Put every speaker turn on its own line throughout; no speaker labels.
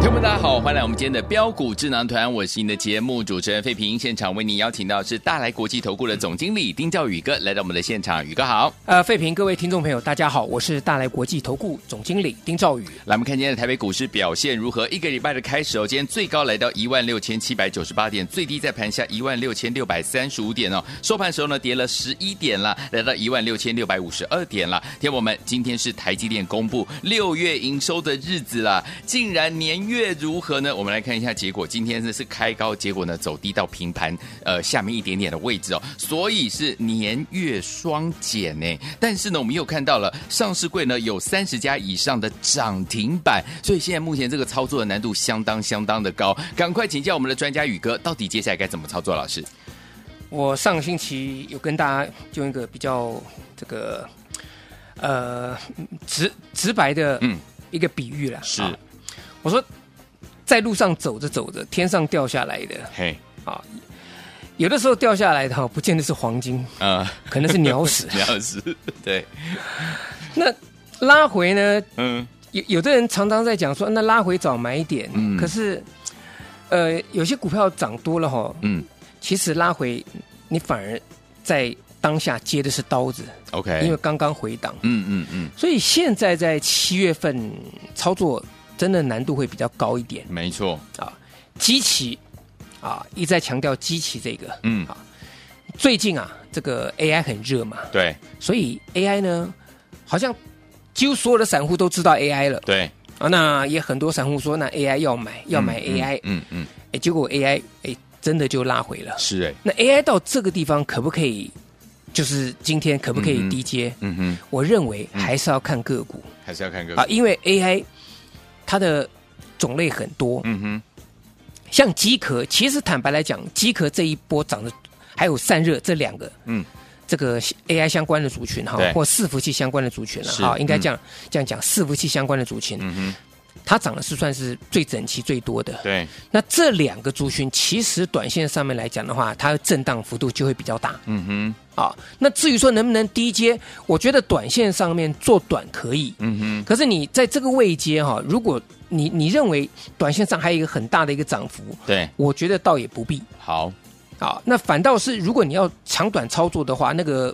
听众们，大家好，欢迎来我们今天的标股智囊团，我是您的节目主持人费平。现场为您邀请到是大来国际投顾的总经理丁兆宇哥来到我们的现场，宇哥好。
呃，费平，各位听众朋友，大家好，我是大来国际投顾总经理丁兆宇。
来，我们看今天的台北股市表现如何？一个礼拜的开始哦，今天最高来到一万六千七百九十八点，最低在盘下一万六千六百三十五点哦。收盘时候呢，跌了十一点啦，来到一万六千六百五十二点啦。天我们，今天是台积电公布六月营收的日子啦，竟然年月如何呢？我们来看一下结果，今天呢是开高，结果呢走低到平盘，呃，下面一点点的位置哦，所以是年月双减呢。但是呢，我们又看到了上市柜呢有三十家以上的涨停板，所以现在目前这个操作的难度相当相当的高。赶快请教我们的专家宇哥，到底接下来该怎么操作？老师，
我上个星期有跟大家用一个比较这个呃直直白的
嗯
一个比喻啦，
是
啊我说在路上走着走着，天上掉下来的，
嘿，
有的时候掉下来的哈，不见得是黄金，
呃，。
可能是鸟屎
老师，对，
那拉回呢？
嗯，
有有的人常常在讲说，那拉回早买点，
嗯
可是呃，有些股票涨多了哈，
嗯
其实拉回你反而在当下接的是刀子，
，OK，
因为刚刚回档，
嗯嗯嗯，
所以现在在七月份操作真的难度会比较高一点
嗯没错，
啊。基期啊，一再强调基期这个，
嗯，
最近啊，这个 AI 很热嘛，
对
所以 AI 呢，好像几乎所有的散户都知道 AI 了
对，
啊，那也很多散户说那 AI 要买，要买
嗯
AI，哎、
嗯嗯，嗯
结果 AI 哎真的就拉回了。
是哎，
那 AI 到这个地方可不可以，就是今天可不可
嗯
以
哼
低接？
嗯哼，
我认为还是要看个股、
还是要看个
啊，，因为 AI 它的种类很多，
嗯哼，
像机壳，其实坦白来讲，机壳这一波涨的，还有散热这两个，
嗯，
这个 AI 相关的族群哈
对，
或伺服器相关的族群了
是
哈，应该
嗯
这样、这样讲，伺服器相关的族群，
嗯哼，
它涨的是算是最整齐最多的。
对，
那这两个族群，其实短线上面来讲的话，它的震荡幅度就会比较大。
嗯哼，
啊。那至于说能不能低接，我觉得短线上面做短可以，
嗯哼，
可是你在这个位阶哈、如果你你认为短线上还有一个很大的一个涨幅，
对，
我觉得倒也不必
好，
啊。那反倒是如果你要长短操作的话，那个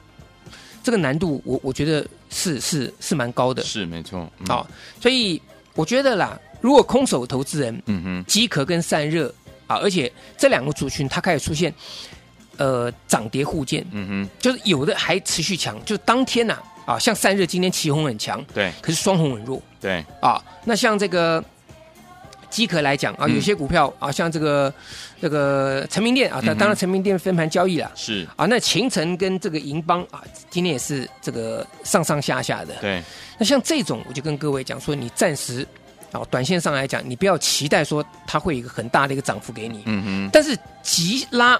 这个难度我我觉得是是是蛮高的
是没错，嗯，
啊。所以我觉得啦，如果空手投资人
嗯哼，
饥渴跟散热啊，而且这两个族群它开始出现呃涨跌互见，
嗯哼，
就是有的还持续强，就是当天呐啊像散热今天旗红很强，
对
可是双红很弱
对，
啊。那像这个机壳来讲啊，
嗯
有些股票啊，像这个这个成名店啊，当当
嗯哼
然成名店分盘交易啦。
是，
啊，那秦城跟这个银邦啊，今天也是这个上上下下的。
对，
那像这种，我就跟各位讲说，你暂时啊，短线上来讲，你不要期待说它会有一个很大的一个涨幅给你。
嗯哼，
但是急拉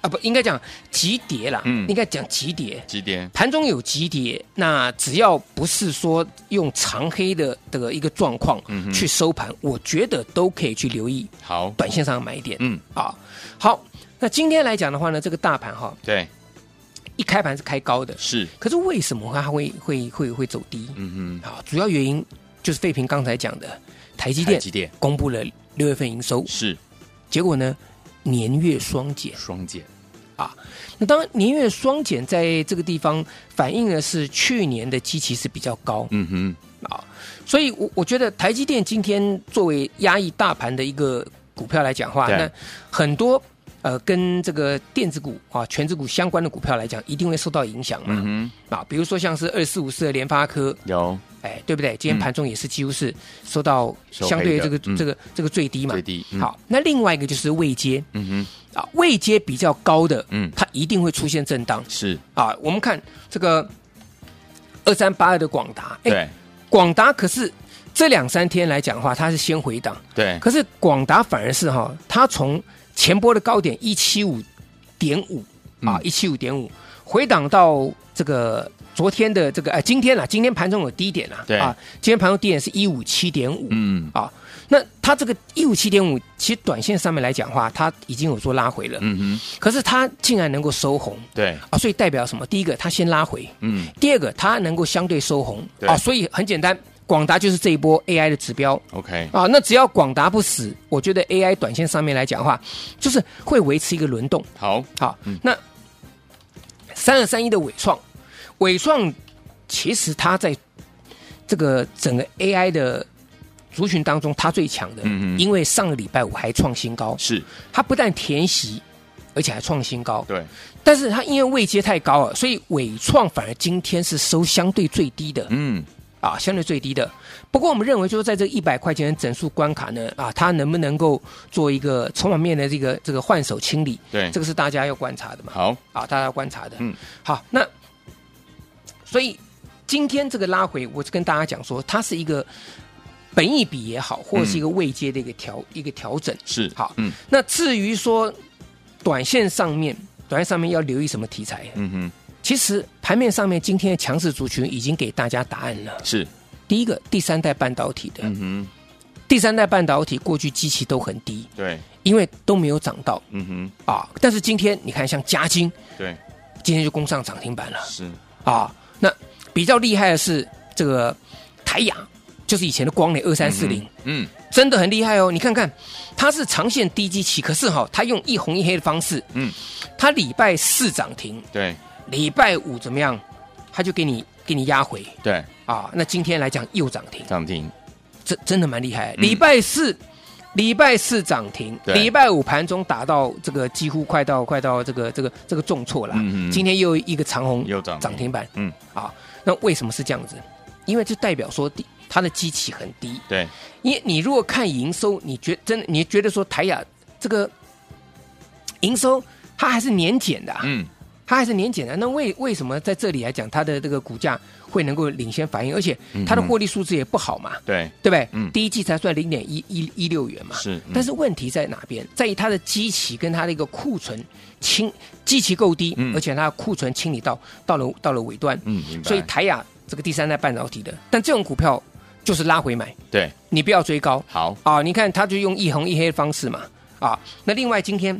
啊，不应该讲急跌啦，
嗯
应该讲急跌。
几点？
盘中有急跌，那只要不是说用长黑的的一个状况
嗯哼
去收盘，我觉得都可以去留意
好，
短线上的买点。
嗯，
啊，好，那今天来讲的话呢，这个大盘哈
对，
一开盘是开高的，
是，
可是为什么它会会会会走低？
嗯
啊，主要原因就是费平刚才讲的，台积
哼，台
电
积电
公布了六月份营收，
是
结果呢年月双减。
双减，
那当然年月双减在这个地方反映的是去年的基期是比较高，
嗯哼，
所以我我觉得台积电今天作为压抑大盘的一个股票来讲话，
对
那很多呃跟这个电子股啊、全指股相关的股票来讲，一定会受到影响嘛。
嗯
啊，比如说像是二四五四的联发科，
哼，有
哎，对不对？今天
嗯
盘中也是几乎是收到
收
相对
黑的
这个、
嗯
这个这个最低嘛。
最低，嗯，
好，那另外一个就是位阶
嗯哼，
啊，位阶比较高的，
嗯
它一定会出现震荡
是，
啊。我们看这个二三八二的广达，哎，
对
广达可是这两三天来讲的话，它是先回档，
对，
可是广达反而是哈、它从前波的高点一七五点五啊，
嗯
一七五点五回档到这个昨天的这个哎，今天啊，今天盘中有低点啊，
对
啊，今天盘中低点是一五七点五，
嗯
啊，那它这个一五七点五，其实短线上面来讲的话，它已经有做拉回了，
嗯哼，
可是它竟然能够收红
对，
啊，所以代表什么？第一个，它先拉回，
嗯
第二个，它能够相对收红
对
啊，所以很简单，广达就是这一波 AI 的指标
，OK，
啊。那只要广达不死，我觉得 AI 短线上面来讲的话，就是会维持一个轮动。
好，
好，
嗯
那三二三一的伟创，伟创其实它在这个整个 AI 的族群当中，它最强的，
嗯嗯
因为上个礼拜五还创新高，
是
它不但填息，而且还创新高。
对，
但是它因为位阶太高了，所以伟创反而今天是收相对最低的
嗯
啊，相对最低的。不过我们认为，就是在这一百块钱的整数关卡呢，啊，它能不能够做一个筹码面的这个这个换手清理，
对
这，个是大家要观察的嘛。
好，
啊，大家要观察的。
嗯
嗯，好，那所以今天这个拉回，我就跟大家讲说，它是一个本益比也好，或者是一个未接的一个调、一个调整。
是
好
嗯
那至于说短线上面，短线上面要留意什么题材？
嗯哼，
其实盘面上面今天的强势族群已经给大家答案了。
是，
第一个，第三代半导体的，
嗯
第三代半导体过去基期都很低，
哼，对，
因为都没有涨到
嗯哼，
啊。但是今天你看，像嘉金
对，
今天就攻上涨停板了。
是，
啊。那比较厉害的是这个台雅，就是以前的光磊二三四零，
嗯，
真的很厉害哦。你看看，它是长线低基期，可是哈、它用一红一黑的方式，
嗯，
它礼拜四涨停，
对
礼拜五怎么样，它就给你给你压回
对，
啊。那今天来讲又涨停，
涨停，
这真的蛮厉害。
嗯
礼拜四。礼拜四涨停，
对
礼拜五盘中打到这个几乎快到快到这个这个这个重挫了。
嗯嗯嗯
今天又一个长红
又涨停
涨停板，
嗯，
啊，那为什么是这样子？因为就代表说第它的基期很低，
对，
因为你如果看营收，你觉真的你觉得说台雅这个营收它还是年减的、啊，
嗯
它还是年减的，啊那为为什么在这里来讲它的这个股价会能够领先反应，而且
嗯
它的获利数字也不好嘛，
对，
对不对？
嗯
第一季才算零点一一一六元嘛，
是，嗯
但是问题在哪边？在于它的基期跟它的一个库存清基期够低，
嗯
而且它的库存清理到到了到了尾端，
嗯，明白，
所以台雅这个第三代半导体的，但这种股票就是拉回买，
对，
你不要追高
好，
啊！你看它就用一红一黑的方式嘛啊。那另外今天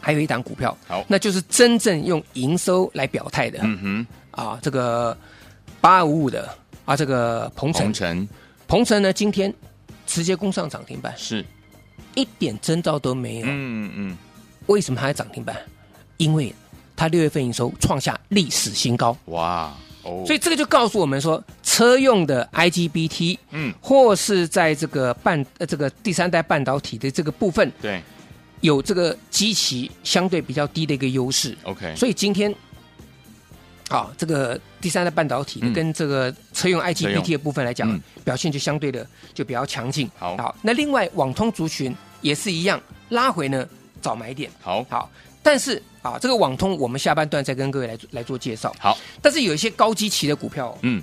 还有一档股票，
好
那就是真正用营收来表态的、
嗯
啊，这个八五五的啊，这个鹏
哼，
程
红，尘
鹏程呢今天直接攻上涨停板，
是，
一点征兆都没有。
嗯嗯，
为什么它在涨停板？因为它六月份营收创下历史新高，
哇，哦，
所以这个就告诉我们说，车用的 IGBT
嗯，
或是在这个半呃这个第三代半导体的这个部分，
对
有这个基期相对比较低的一个优势。
，OK，
所以今天啊，这个第三代半导体的
嗯
跟这个车用
车用
IGBT 的部分来讲，
嗯
表现就相对的就比较强劲。
好
那另外网通族群也是一样，拉回呢找买点。
好，
好，但是啊，这个网通我们下半段再跟各位来做来做介绍。
好，
但是有一些高基期的股票哦，
嗯，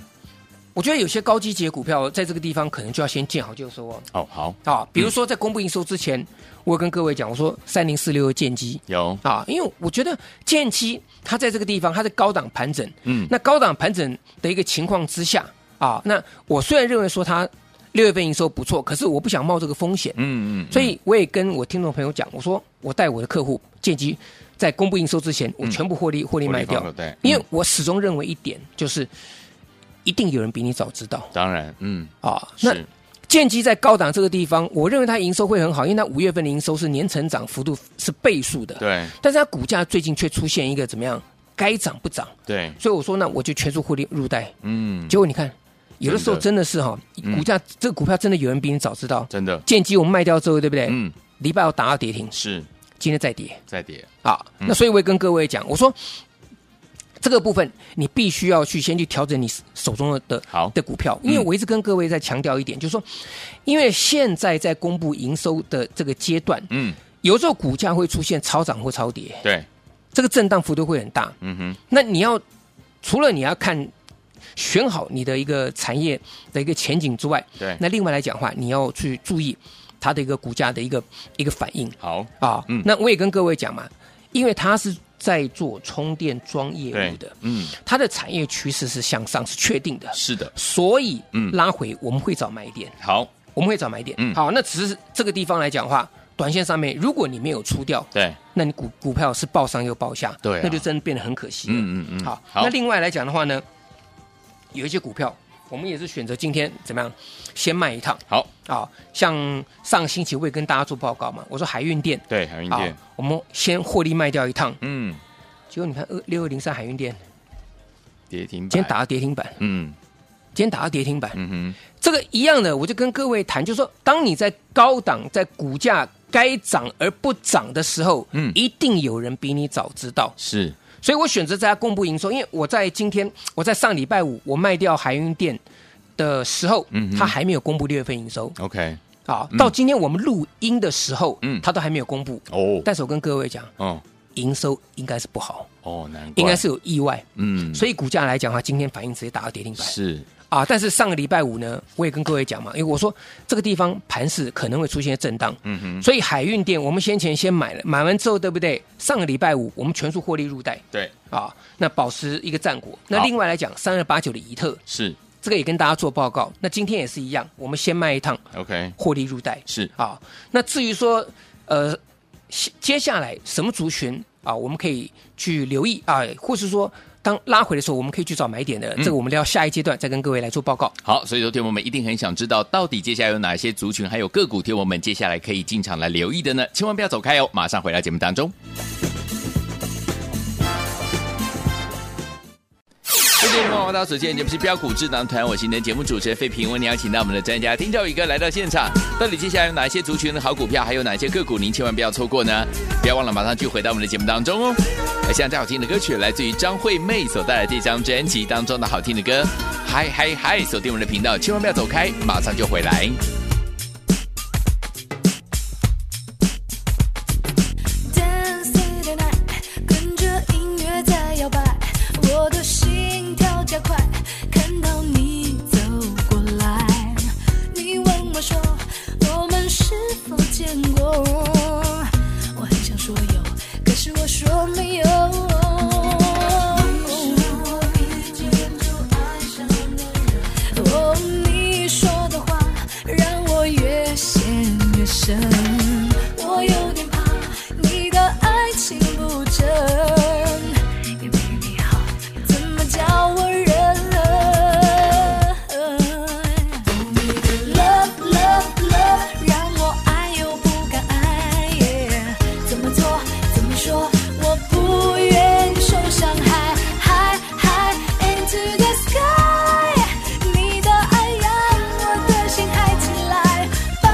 我觉得有些高基期的股票哦在这个地方可能就要先见好就收哦。
哦，好，
啊，比如说在公布营收之前，我有跟各位讲，我说三零四六的剑机
有，
啊，因为我觉得剑机它在这个地方它是高档盘整，
嗯，
那高档盘整的一个情况之下啊，那我虽然认为说它六月份营收不错，可是我不想冒这个风险，
嗯嗯，
所以我也跟我听众朋友讲，我说我带我的客户建机在公布营收之前，
嗯
我全部获利获利
我
卖掉，
对，嗯
因为我始终认为一点就是，一定有人比你早知道
当然，嗯，
啊。那
是，
建机在高档这个地方，我认为它营收会很好，因为它五月份的营收是年成长幅度是倍数的，
对
但是它股价最近却出现一个怎么样，该涨不涨，
对，
所以我说那我就全数获利入袋。
嗯，
结果你看，有的时候
真
真的是哈，
嗯
股价这个股票真的有人比你早知道。
真的，
建机我们卖掉之后，对不对？
嗯，
礼拜要打到跌停，
是，
今天再跌
再跌，
啊。
嗯
那所以我也跟各位讲，我说这个部分你必须要去先去调整你手中的的
好
的股票，因为
嗯
我一直跟各位在强调一点，就是说，因为现在在公布营收的这个阶段，
嗯，
有时候股价会出现超涨或超跌，
对，
这个震荡幅度会很大。
嗯哼，
那你要除了你要看选好你的一个产业的一个前景之外，
对，
那另外来讲的话，你要去注意它的一个股价的一个一个反应
好，
啊。
嗯
那我也跟各位讲嘛，因为它是在做充电桩业
对
务的，
嗯，
它的产业趋势是向上，是确定的，
是的，
所以
嗯
拉回我们会找买点，
好，
我们会找买点。
嗯
好，那只是这个地方来讲的话，短线上面如果你没有出掉，
对，
那你股股票是报上又报下，
对啊
那就真的变得很可惜了。
嗯嗯嗯
好，
好
那另外来讲的话呢，有一些股票我们也是选择今天怎么样先卖一趟
好，
啊、像上星期我也跟大家做报告嘛，我说海运店
对，海运
啊、
店，
我们先获利卖掉一趟，
嗯，
结果你看二六二零三海运店
跌停，
今天打，到跌停板，
嗯
今天打到跌停板，
嗯
这个一样的，我就跟各位谈，就是说，当你在高档在股价。该涨而不涨的时候，
嗯
一定有人比你早知道
哼，。是，
所以我选择在它公布营收，因为我在今天，我在上礼拜五我卖掉海运店的时候，
嗯哼
它还没有公布六月份营收
OK，
啊
嗯。
到今天我们录音的时候，
嗯
它都还没有公布。
哦，
但是我跟各位讲，
哦
营收应该是不好，
哦，难怪，
应该是，有意外，
嗯，
所以股价来讲的话，今天反应直接打到跌停板
是，
啊。但是上个礼拜五呢，我也跟各位讲嘛，因为我说这个地方盘势可能会出现震荡。
嗯哼，
所以海运店，我们先前先买了，买完之后，对不对？上个礼拜五，我们全数获利入袋，
对，
啊，那宝石一个战果。那
好
另外来讲，三二八九的怡特，
是
这个也跟大家做报告。那今天也是一样，我们先卖一趟，
OK，
获利入袋
是，
啊。那至于说，呃，下接下来什么族群啊，我们可以去留意啊，或是说。当拉回的时候，我们可以去找买点的，这个我们要下一阶段再跟各位来做报告。
好，所以说天我们一定很想知道，到底接下来有哪些族群还有个股，天我们接下来可以进场来留意的呢？千万不要走开哦，马上回到节目当中。谢谢各位到所见，这不是标股智囊团，我是你的节目主持人费平。为您邀请到我们的专家丁兆宇哥来到现场，到底接下来有哪些族群的好股票，还有哪些个股，您千万不要错过呢？不要忘了马上去回到我们的节目当中哦。而现在好听的歌曲来自于张惠妹所带来这张专辑当中的好听的歌，嗨嗨嗨！锁定我们的频道，千万不要走开，马上就回来。
Dance in the night，跟着音乐在摇摆，我的心跳加快，看到你走过来，你问我说我们是否见过？我很想说有，可是我说没有。你说我一见就爱上了，哦，你说的话让我越陷越深，我有点怕你的爱情不真，也没你好，怎么叫我忍？Love love love，让我爱又不敢爱耶，怎么做怎么说，我不愿受伤害。High high into the sky，你的爱让我的心嗨起来，把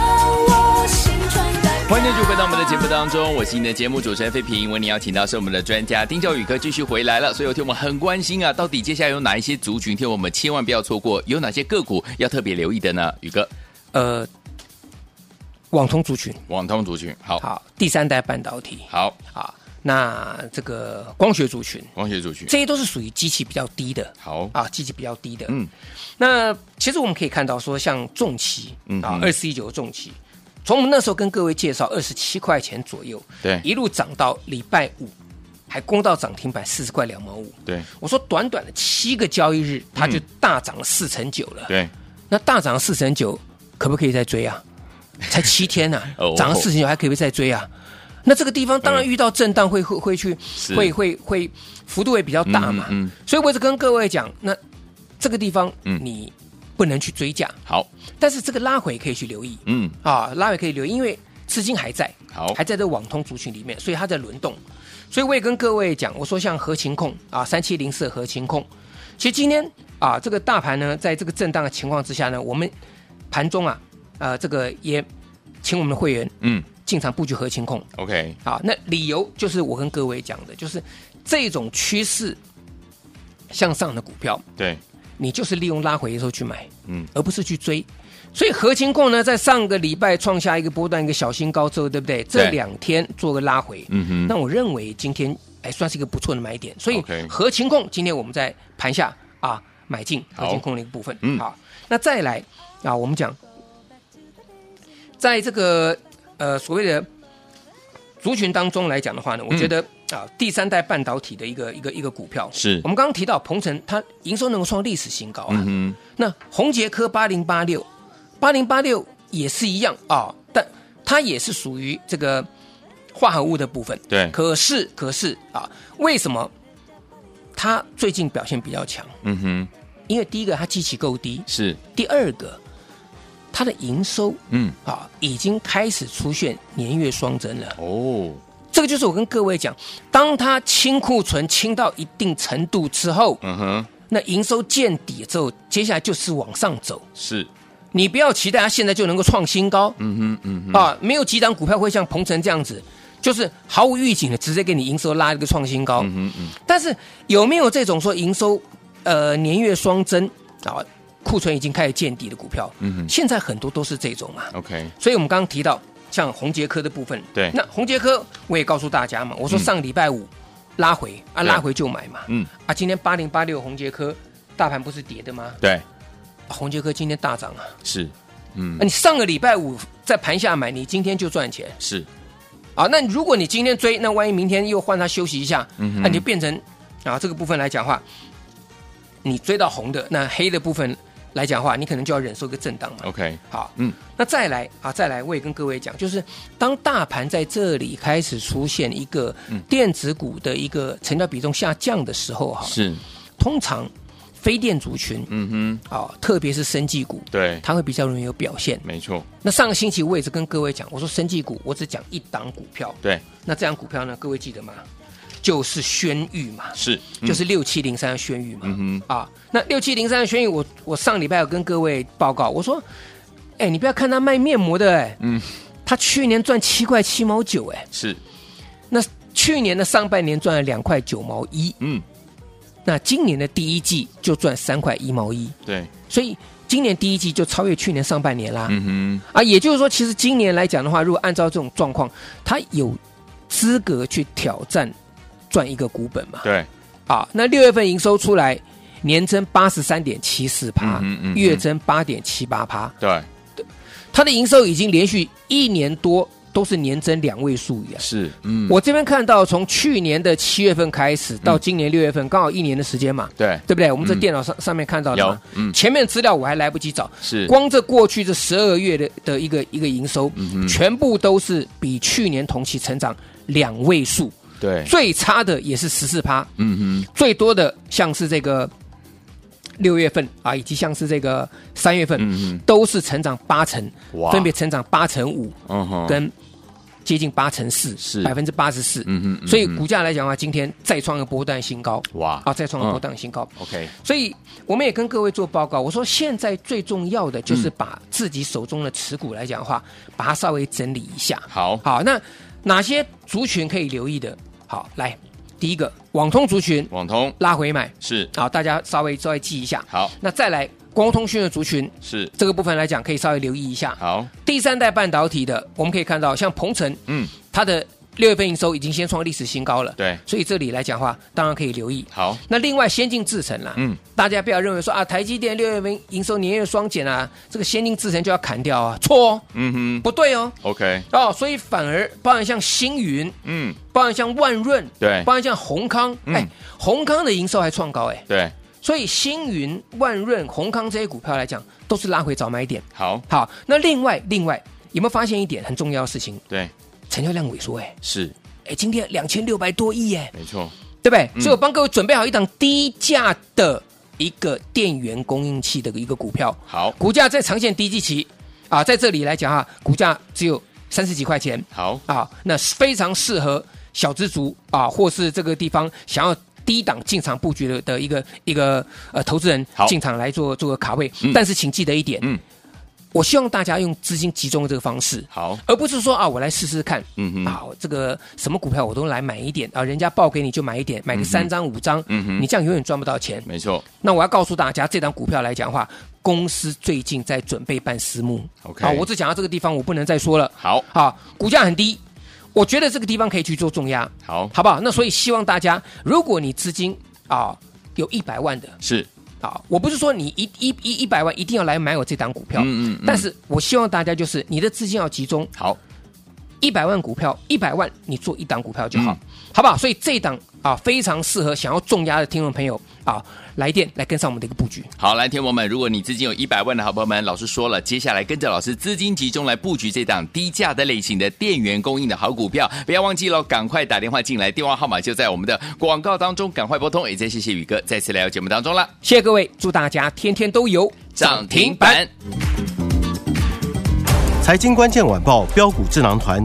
我心窗打开。
欢迎继续回到我们的节目当中，我是你的节目主持人费平，为您邀请到是我们的专家丁兆宇哥继续回来了。所以有天我们很关心啊，到底接下来有哪一些族群，天我们千万不要错过，有哪些个股要特别留意的呢？宇哥，
呃，网通族群，
网通族群，好，
好，第三代半导体，
好，
啊，那这个光学族群，
光学族群，
这些都是属于机器比较低的，
好，
啊，积极比较低的。
嗯
嗯，那其实我们可以看到说，像重骑
嗯
啊
哼，
二四一九的重骑，从我们那时候跟各位介绍二十七块钱左右，
对
一路涨到礼拜五，还攻到涨停板四十块两毛五。
对
我说短短的七个交易日，它就
嗯
大涨了四成九了。
对，
那大涨四成九，可不可以再 追啊？才七天啊
哦，
涨了四成九还可不可以再追啊？那这个地方当然遇到震荡会会会去
是
会会会幅度会比较大嘛，
嗯嗯嗯
所以我一直跟各位讲，那这个地方
嗯
你不能去追价，
好，
但是这个拉回可以去留意
嗯，
啊，拉回可以留意，因为资金还在，
好
还在这网通族群里面，所以它在轮动，所以我也跟各位讲，我说像核情控啊，三七零四核情控，其实今天啊，这个大盘呢，在这个震荡的情况之下呢，我们盘中啊，呃，这个也请我们的会员
嗯，
进场布局核情控。
OK，
好，那理由就是我跟各位讲的，就是这种趋势向上的股票，
对，
你就是利用拉回的时候去买，
嗯，
而不是去追。所以核情控呢，在上个礼拜创下一个波段一个小新高之后，对不对？这两天做个拉回，
嗯哼
那我认为今天哎算是一个不错的买点。所以
OK
核情控今天我们在盘下啊买进核情控的一个部分，
嗯
好，那再来啊，我们讲，在这个呃所谓的族群当中来讲的话呢，我觉得、啊第三代半导体的一个一个一个股票
嗯是
我们刚刚提到鹏程，它营收能够创历史新高啊，
嗯
那红杰科八零八六，八零八六也是一样啊、但它也是属于这个化合物的部分。
对
可是可是啊，为什么它最近表现比较强？
哼，嗯哼，
因为第一个它基期够低，
是，
第二个它的营收
嗯，
啊已经开始出现年月双增了。
哦，
这个就是我跟各位讲，当它清库存清到一定程度之后，
嗯哼，
那营收见底之后，接下来就是往上走。
是，
你不要期待它现在就能够创新高、
嗯哼，嗯哼，
啊！没有几档股票会像鹏程这样子，就是毫无预警的直接给你营收拉一个创新高。
嗯哼，嗯，
但是有没有这种说营收呃年月双增啊，库存已经开始见底的股票？
嗯哼
现在很多都是这种嘛。
，OK，
所以我们刚刚提到像红杰科的部分，
对
那红杰科我也告诉大家嘛，我说
嗯
上礼拜五拉回啊，
对
拉回就买嘛。
嗯，
啊，今天八零八六红杰科大盘不是跌的吗？
对，
啊红杰科今天大涨啊。
是，嗯
啊，，你上个礼拜五在盘下买，你今天就赚钱
是，
啊。那如果你今天追，那万一明天又换它休息一下，
嗯哼
那你就变成啊这个部分来讲话，你追到红的，那黑的部分来讲话，你可能就要忍受一个震荡嘛。
OK，
好，
嗯，
那再来啊，再来，我也跟各位讲，就是当大盘在这里开始出现一个
嗯
电子股的一个成交比重下降的时候，哈，
是，
通常非电族群
嗯哼，
啊，特别是生技股，
对，
它会比较容易有表现。
没错，
那上个星期我也是跟各位讲，我说生技股我只讲一档股票，
对，
那这档股票呢，各位记得吗？就是轩玉嘛，
是，嗯
就是六七零三的轩玉嘛，
嗯
啊，那六七零三的轩玉，我我上礼拜有跟各位报告，我说，哎，你不要看他卖面膜的，哎，
嗯，
他去年赚七块七毛九，哎，
是，
那去年的上半年赚了两块九毛一，
嗯，
那今年的第一季就赚三块一毛一，
对，
所以今年第一季就超越去年上半年啦，
嗯
啊，也就是说，其实今年来讲的话，如果按照这种状况，他有资格去挑战赚一个股本嘛
哼，？对，
啊，那六月份营收出来，年增八十三点七四趴
嗯嗯嗯，嗯
月增八点七八趴，
对，
它的营收已经连续一年多都是年增两位数以来。啊
是，嗯，
我这边看到，从去年的七月份开始到今年六月份，刚好一年的时间嘛，
对，
对不对？我们在
嗯
电脑上上面看到的嘛
有嗯
前面资料我还来不及找，
是，
光这过去这十二月的的一个一个营收，
嗯
全部都是比去年同期成长两位数，
对，
最差的也是十四趴，
嗯哼，
最多的像是这个六月份啊，以及像是这个三月份，
嗯嗯
都是成长八成
哇，
分别成长八成五
嗯哼，
跟接近八成四，
是
百分之八十四。
嗯哼嗯哼
所以股价来讲的话，今天再创一个波段新高
哇
啊，再创一个
嗯
波段新高。
，OK，
所以我们也跟各位做报告，我说现在最重要的就是把自己手中的持股来讲的话，把它稍微整理一下。
好，
好，那哪些族群可以留意的？好，来，第一个网通族群
网通
拉回买，
是，
好，大家稍微稍微记一下。
好，
那再来光通讯的族群
是，
这个部分来讲，可以稍微留意一下。
好，
第三代半导体的，我们可以看到像鹏程，
嗯，
它的六月份营收已经先创历史新高了。
对
所以这里来讲的话，当然可以留意。
好，
那另外，先进制程啦，
嗯，
大家不要认为说啊，台积电六月份营收年月双减啊，这个先进制程就要砍掉啊，错哦，
嗯哼
不对哦，
，OK，
哦，所以反而包含像星云，
嗯，
包含像万润，
对
包含像宏康，
嗯
哎，宏康的营收还创高哎，
对，
所以星云、万润、宏康这些股票来讲，都是拉回早买点。
好，
好，那另外另外有没有发现一点很重要的事情？
对，
成交量萎缩哎，
是，
哎，今天两千六百多亿哎，
没错，
对不对？
嗯
所以我帮各位准备好一档低价的一个电源供应器的一个股票，
好，
股价在长线低基期啊，在这里来讲哈、股价只有三十几块钱
好，
啊，那是非常适合小资族啊，或是这个地方想要。低档进场布局的的一个一个呃投资人
好
进场来做做个卡位
嗯，
但是请记得一点，
嗯
我希望大家用资金集中的这个方式，
好
而不是说啊，我来试试看，
嗯哼
啊，这个什么股票我都来买一点啊，人家报给你就买一点，买个三张五张，
嗯哼
你这样永远赚不到钱。
没错，
那我要告诉大家，这档股票来讲的话，公司最近在准备办私募。
OK
啊，我只讲到这个地方，我不能再说了。
好，
啊，股价很低，我觉得这个地方可以去做重压，
好，
好不好？那所以希望大家，如果你资金啊有一百万的
是，
啊，我不是说你一一一一百万一定要来买我这档股票，
嗯嗯嗯
但是我希望大家就是你的资金要集中，
好，
一百万股票，一百万你做一档股票就好，
嗯
好不好？所以这一档啊非常适合想要重压的听众朋友啊，来电来跟上我们的一个布局。
好，来，天王们，如果你资金有一百万的好朋友们，老师说了，接下来跟着老师资金集中来布局这档低价的类型的电源供应的好股票，不要忘记了，赶快打电话进来，电话号码就在我们的广告当中，赶快拨通。也再谢谢宇哥再次来到节目当中啦，
谢谢各位，祝大家天天都有
涨停板。
财经关键晚报标股智囊团